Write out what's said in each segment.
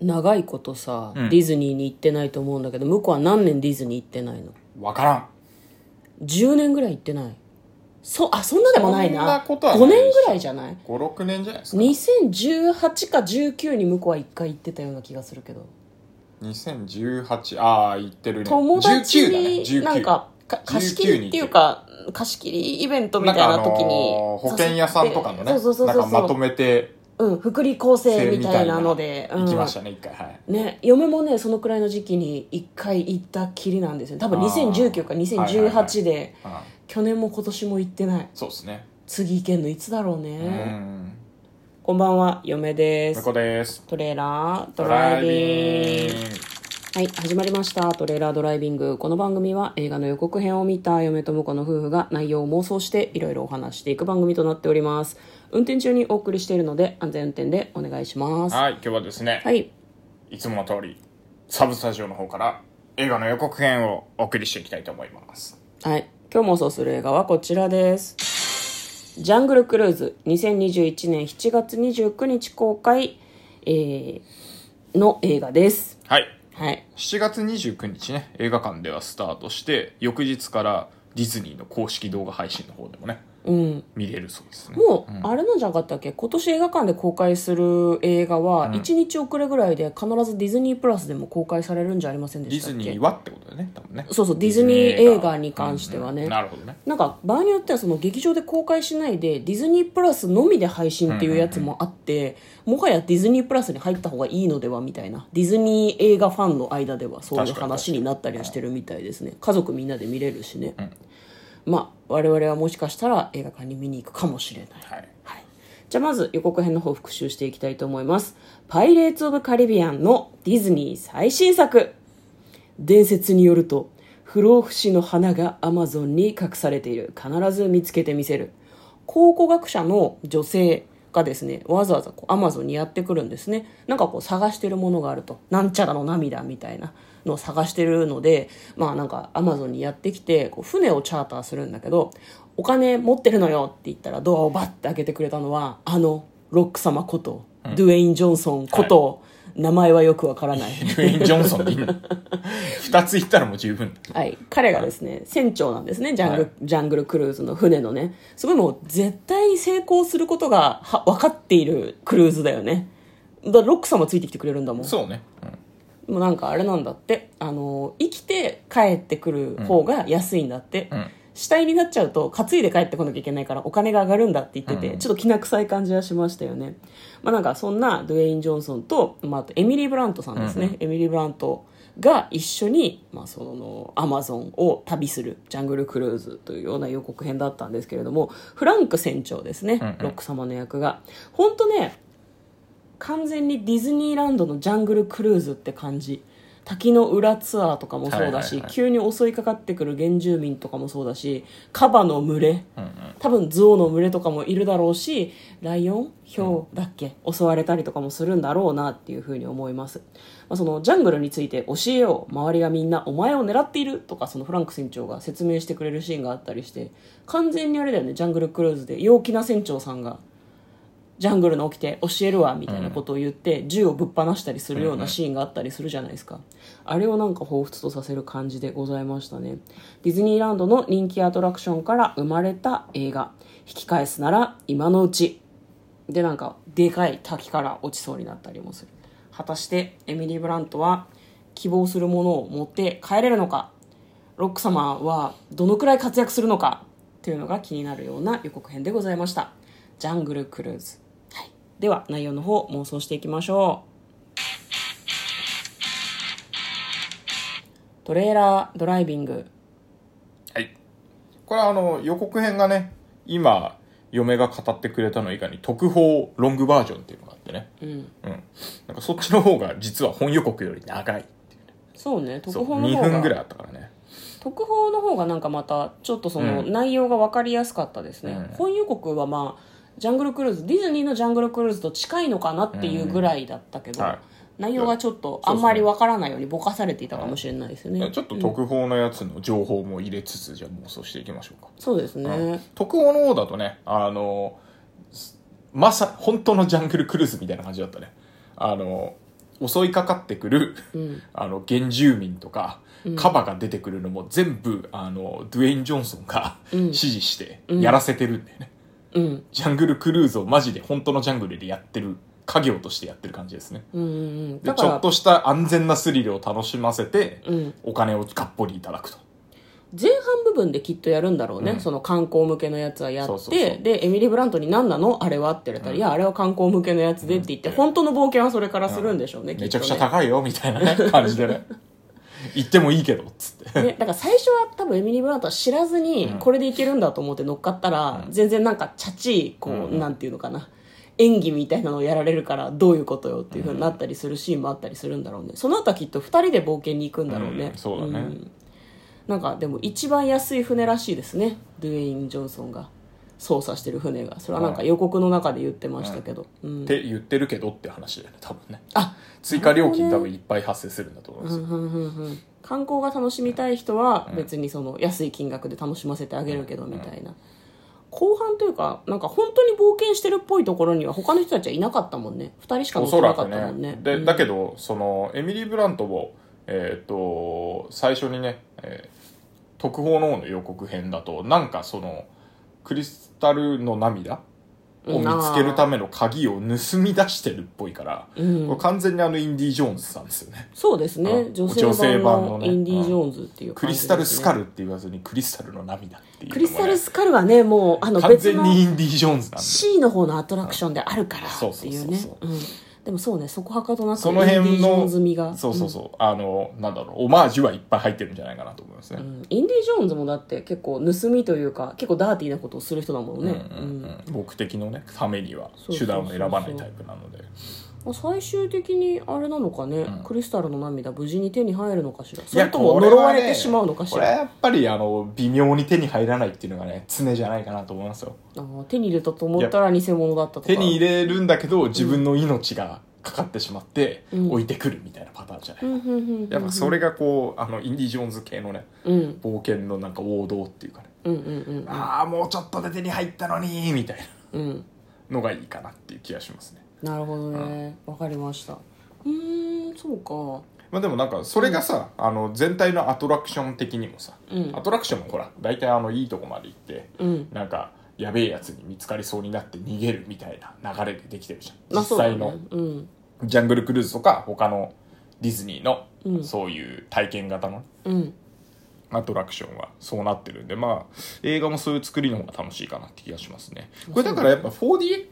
長いことさ、うんディズニーに行ってないと思うんだけど向こうは何年ディズニー行ってないのわからん10年ぐらい行ってないそあそんなでもないなそんなことはない5年ぐらいじゃない56年じゃないですか2018か19に向こうは1回行ってたような気がするけど2018ああ言ってるね友達19だねに19なんかか貸し切りっていうか貸し切りイベントみなんたいかあなのー時に保険屋さんとかのねそうそうそうそうなんかまとめてうん、福利厚生みたいなので行きましうたね一回はいん、ね嫁もねそのくらいの時期に1回行ったきりなんですよ多分あー2019かはいはいは2018いで、あ去年も今年も行ってないそうですね次行けんのいつだろううね、んこんばんは嫁で向すこうですトレーラードドラライビンイビグングはい、始まりました。トレーラードライビング。この番組は映画の予告編を見た嫁と婿の夫婦が内容を妄想していろいろお話していく番組となっております。運転中にお送りしているので安全運転でお願いします。ははい今日はですね、い、い、つもの通りサブスタジオの方から映画の予告編をお送りしていきたいと思いますはい。今日妄想する映画はこちらです。ジャングルクルーズ2021年7月29日公開、えーの映画です。はいはい。 7月29日ね映画館ではスタートして翌日からディズニーの公式動画配信の方でもねうん。見れるそうですねもう、あれなんじゃなかったっけ今年映画館で公開する映画は、1日遅れぐらいで必ずディズニープラスでも公開されるんじゃありませんでディしたっズけニーはってことだよね多分ねそうそうディズニー映画に関してはねなるほどねなんか場合によってはその劇場で公開しないでディズニープラスのみで配信っていうやつもあって、もはやディズニープラスに入った方がいいのではみたいなディズニー映画ファンの間ではそういう確かに話になったりはしてるみたいですね家族みんなで見れるしね、まあ我々はもしかしたら映画館に見に行くかもしれないはいはい、じゃあまず予告編の方を復習していきたいと思います「パイレーツ・オブ・カリビアン」のディズニー最新作伝説によると不老不死の花がアマゾンに隠されている必ず見つけてみせる考古学者の女性がですねわざわざこうアマゾンにやってくるんですねなんかこう探してるものがあるとなんちゃらの涙みたいなのを探してるのでまあなんかアマゾンにやってきてこう船をチャーターするんだけどお金持ってるのよって言ったらドアをバッて開けてくれたのはあのロック様こと、ドゥエイン・ジョンソンこと、名前はよくわからないドゥエイン・ジョンソンでいいの 二つ言ったらもう十分はい、彼がですね船長なんですねジャングル、はいジャングルクルーズの船のねすごいもう絶対に成功することがは分かっているクルーズだよねだロックさんもついてきてくれるんだもんそうね、うんもうなんかあれなんだってあの生きて帰ってくる方が安いんだって、ん死体になっちゃうと担いで帰ってこなきゃいけないからお金が上がるんだって言ってて、ちょっときな臭い感じはしましたよね、まあ、なんかそんなドゥエイン・ジョンソンと、まあ、あとエミリー・ブラントさんですね、エミリー・ブラントが一緒に、まあ、そのアマゾンを旅するジャングルクルーズというような予告編だったんですけれどもフランク船長ですね、ロック様の役が本当ね完全にディズニーランドのジャングルクルーズって感じ滝の裏ツアーとかもそうだし、はいはいはい急に襲いかかってくる原住民とかもそうだしカバの群れうんうん、多分象の群れとかもいるだろうしライオンヒョウだっけ、襲われたりとかもするんだろうなっていうふうに思います、まあ、そのジャングルについて教えよう周りがみんなお前を狙っているとかそのフランク船長が説明してくれるシーンがあったりして完全にあれだよねジャングルクルーズで陽気な船長さんがジャングルの起きて教えるわみたいなことを言って銃をぶっ放したりするようなシーンがあったりするじゃないですかあれをなんか彷彿とさせる感じでございましたねディズニーランドの人気アトラクションから生まれた映画引き返すなら今のうちでなんかでかい滝から落ちそうになったりもする果たしてエミリー・ブラントは希望するものを持って帰れるのかロック様はどのくらい活躍するのかというのが気になるような予告編でございましたジャングルクルーズ、はい、では内容の方妄想していきましょうトレーラードライビングはいこれはあの予告編がね今嫁が語ってくれたの以外に特報ロングバージョンっていうのがあってねうんうんなんかそっちの方が実は本予告より長いっていうねそうね特そう報の方2分ぐらがいあったからね特報の方がなんかまたちょっとそのうん内容が分かりやすかったですね、うん本予告はまあジャングルクルーズディズニーのジャングルクルーズと近いのかなっていうぐらいだったけど、はい内容がちょっとあんまり分からないようにぼかされていたかもしれないですね、ちょっと特報のやつの情報も入れつつじゃあ妄想していきましょうかそうですね、特報の方だとねあのまさ本当のジャングルクルーズみたいな感じだったねあの襲いかかってくる、んあの原住民とか、カバが出てくるのも全部あのドゥエイン・ジョンソンがん指示してやらせてるんだよね、うんジャングルクルーズをマジで本当のジャングルでやってる家業としてやってる感じですねうんうんでだちかょっらとした安全なスリルを楽しませて、うんお金をがっぽりいただくと前半部分できっとやるんだろうね、うんその観光向けのやつはやってそうそうそうでエミリー・ブラントに「何なのあれは?」って言われたら「いやあれは観光向けのやつで」って言って、本当の冒険はそれからするんでしょうね、きめっとちゃねくちゃ高いよみたいな、ね、 感じでね行ってもいいけどっつってね、だから最初は多分エミリー・ブラントは知らずにこれでいけるんだと思って乗っかったら、全然なんかチャチいこう、うんなんていうのかな演技みたいなのをやられるからどういうことよっていうふうになったりするシーンもあったりするんだろうねその後はきっと2人で冒険に行くんだろうね、うんそうだねんなんかでも一番安い船らしいですねドゥエイン・ジョンソンが操作してる船がそれはなんか予告の中で言ってましたけど、うんって言ってるけどって話だよね多分ねあ追加料金多分いっぱい発生するんだと思うんですよ、観光が楽しみたい人は別にその安い金額で楽しませてあげるけどみたいな後半というかなんか本当に冒険してるっぽいところには他の人たちはいなかったもんね2人しか乗おっそてらなかくったもんねねでだけどそのエミリー・ブラントも、えー、と最初にね、えー特報の方の予告編だとなんかそのクリスタルの涙を見つけるための鍵を盗み出してるっぽいから、うんこれ完全にあのインディ・ジョーンズさんですよねそうですねうん女性版の女性版のねインディ・ジョーンズっていうク感リじスタル・ですスねカルって言わずにクリスタルの涙っていうのもね、クリスタル・スカルはねもうあの完別全のにインディ・ジョーンズなんで C の方のアトラクションであるからそうってそういそううねそううんでもそうねそこはかとなくその辺のインディ・ジョーンズ味がそうそうそう、あのなんだろうオマージュはいっぱい入ってるんじゃないかなと思いますね、うんインディ・ジョーンズもだって結構盗みというか結構ダーティーなことをする人だもんね、うんうんうんうん目的のねためにはそうそうそうそう手段を選ばないタイプなのでまあ最終的にあれなのかね、クリスタルの涙無事に手に入るのかしらそいやれともこはね呪われてしまうのかしこれら、はやっぱりあの微妙に手に入らないっていうのがね常じゃないかなと思いますよあー手に入れたと思ったら偽物だったとか手に入れるんだけど自分の命がかかってしまってうん置いてくるみたいなパターンじゃない、うんうんうんうんやっぱそれがこうあのインディ・ジョーンズ系のねうん冒険のなんか王道っていうかね、うんうんうんああもうちょっとで手に入ったのにみたいなうんのがいいかなっていう気がしますねなるほどねわ、かりましたうーんそうかまあでもなんかそれがさ、あの全体のアトラクション的にもさ、うんアトラクションもほら大体あのいいとこまで行って、うんなんかやべえやつに見つかりそうになって逃げるみたいな流れでできてるじゃん、まあ実そうだね際のうんジャングルクルーズとか他のディズニーのうんそういう体験型のうんアトラクションはそうなってるんでまあ映画もそういう作りの方が楽しいかなって気がしますねこれだからやっぱ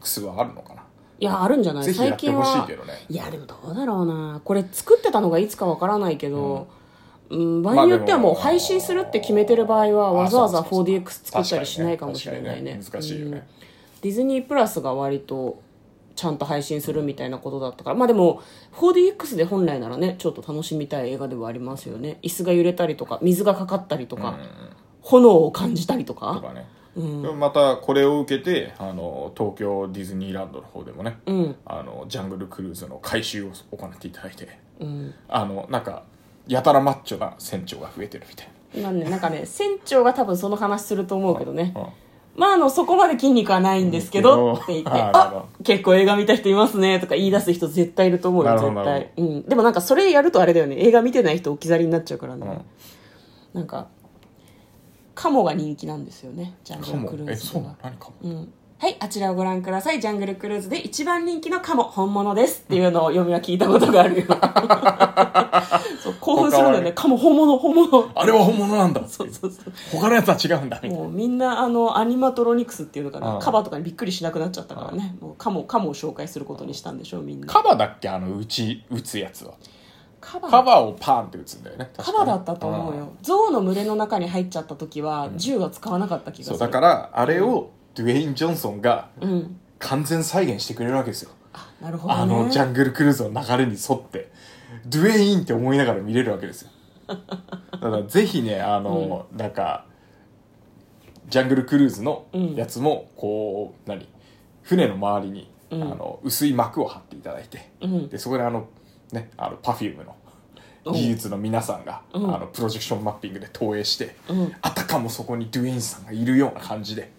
4DX はあるのかいやあるんじゃなないぜひや最って近ほしいはけどねいやでもどうだろうなこれ作ってたのがいつかわからないけど、うん、場合によってはもうまあでも配信するって決めてる場合はあわざわざそうそうそう 4DX 作ったりしないかもしれないね確かにね難しいよねうんディズニープラスが割とちゃんと配信するみたいなことだったからまあでも 4DX で本来ならねちょっと楽しみたい映画ではありますよね椅子が揺れたりとか水がかかったりとか、炎を感じたりととかかね、でもまたこれを受けてあの東京ディズニーランドの方でもね、うんあのジャングルクルーズの改修を行っていただいてうんあのなんかやたらマッチョな船長が増えてるみたいなんでなんかね船長が多分その話すると思うけどね、な、うんまあ、あの、そこまで筋肉はないんですけど、って言って、うんあーなるあほ結構映画見た人いますね、とか言い出す人絶対いると思うなよ、るほど絶なる対。うん。でもなんかそれやるとあれだよね、映画見てない人置き去りになっちゃうからね。なんか、カモが人気なんですよね、ジャンかグルもクルーえズそでうはなの何かも、うんはい、あちらをご覧ください。ジャングルクルーズで一番人気のカモ、本物です。っていうのを読みは聞いたことがある よ。そう興奮するんだよね。カモ、本物、本 物。あれは本物なんだそうそうそう。他のやつは違うんだみたいなもうみんなあのアニマトロニクスっていうのかうなんカバとかにびっくりしなくなっちゃったからねもうカモカモを紹介することにしたんでしょうみんなカバだっけあの打ち打つやつはカバカバをパーンって打つんだよねカバだったと思うよ象の群れの中に入っちゃった時は銃は使わなかった気うんがすそるうだからあれをドゥエイン・ジョンソンがうん完全再現してくれるわけですよ、あなるほどねあのジャングルクルーズの流れに沿って、ドゥエインって思いながら見れるわけですよ。だからぜひね、あの、なんか、ジャングルクルーズのやつも、こう、何船の周りに、うんあの薄い幕を張っていただいて、うんでそこであの、ね、あのパフュームのうん技術の皆さんが、うんあのプロジェクションマッピングで投影して、うんあたかもそこにドゥエインさんがいるような感じで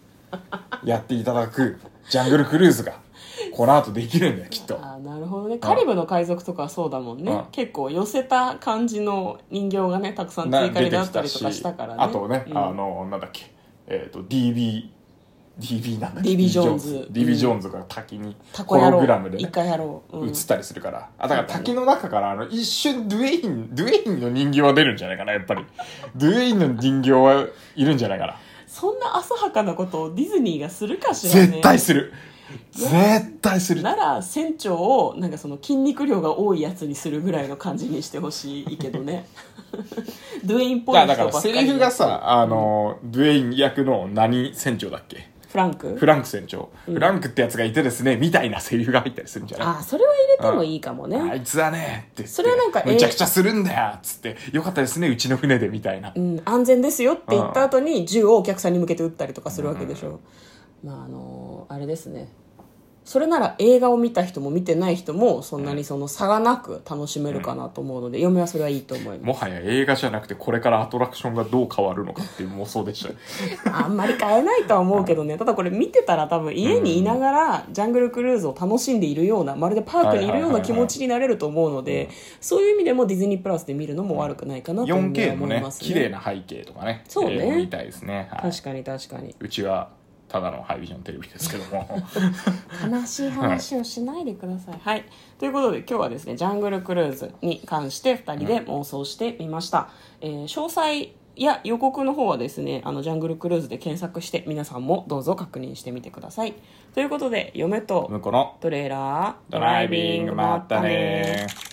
やっていただくジャングルクルーズがこの後でき るんだよきっとあーなるほどねカリブの海賊とかはそうだもんね、うん結構寄せた感じの人形がねたくさんな追加になったりとかしたからねあとね、うんあのなんだっけえっ、と DB DB なんだっけ DB ジョーンズ DB ジョーンズが滝にタホコ野ロ郎グラムでね一回やろう、う映んったりするから、あだから滝の中からあの一瞬ドゥエインドゥエインの人形は出るんじゃないかなやっぱりドゥエインの人形はいるんじゃないかなそんな浅はかなことをディズニーがするかしらね絶対する絶対するなら船長をなんかその筋肉量が多いやつにするぐらいの感じにしてほしいけどね ドゥエインっぽいだ人ばだっかかりらセリフがさあの、ドゥエイン役の何船長だっけフランクフランク船長、フランクってやつがいてですねみたいなセリフが入ったりするんじゃないああそれは入れてもいいかもね、あいつはねって言ってそれはなんかえーむちゃくちゃするんだよっつってよかったですねうちの船でみたいな、うん、安全ですよって言った後に銃をお客さんに向けて撃ったりとかするわけでしょ、まああのあれですねそれなら映画を見た人も見てない人もそんなにその差がなく楽しめるかなと思うので、嫁はそれはいいと思いまもはや映画じゃなくてこれからアトラクションがどう変わるのかっていう妄想でしたよすあんまり買えないとは思うけど ねただこれ見てたら多分家にいながらジャングルクルーズを楽しんでいるようなまるでパークにいるような気持ちになれると思うのでそういう意味でもディズニープラスで見るのも悪くないかなと思 4K のいねます綺麗な背景とかねそうねえーみたいですね、はい、確かに確かにうちはただのハイビジョンテレビですけども 悲しい話をしないでください。はい、ということで今日はですね「ジャングルクルーズ」に関して2人で妄想してみました。えー詳細や予告の方はですね「あのジャングルクルーズ」で検索して皆さんもどうぞ確認してみてください。ということで嫁と向こうのトレーラードライビングまったねー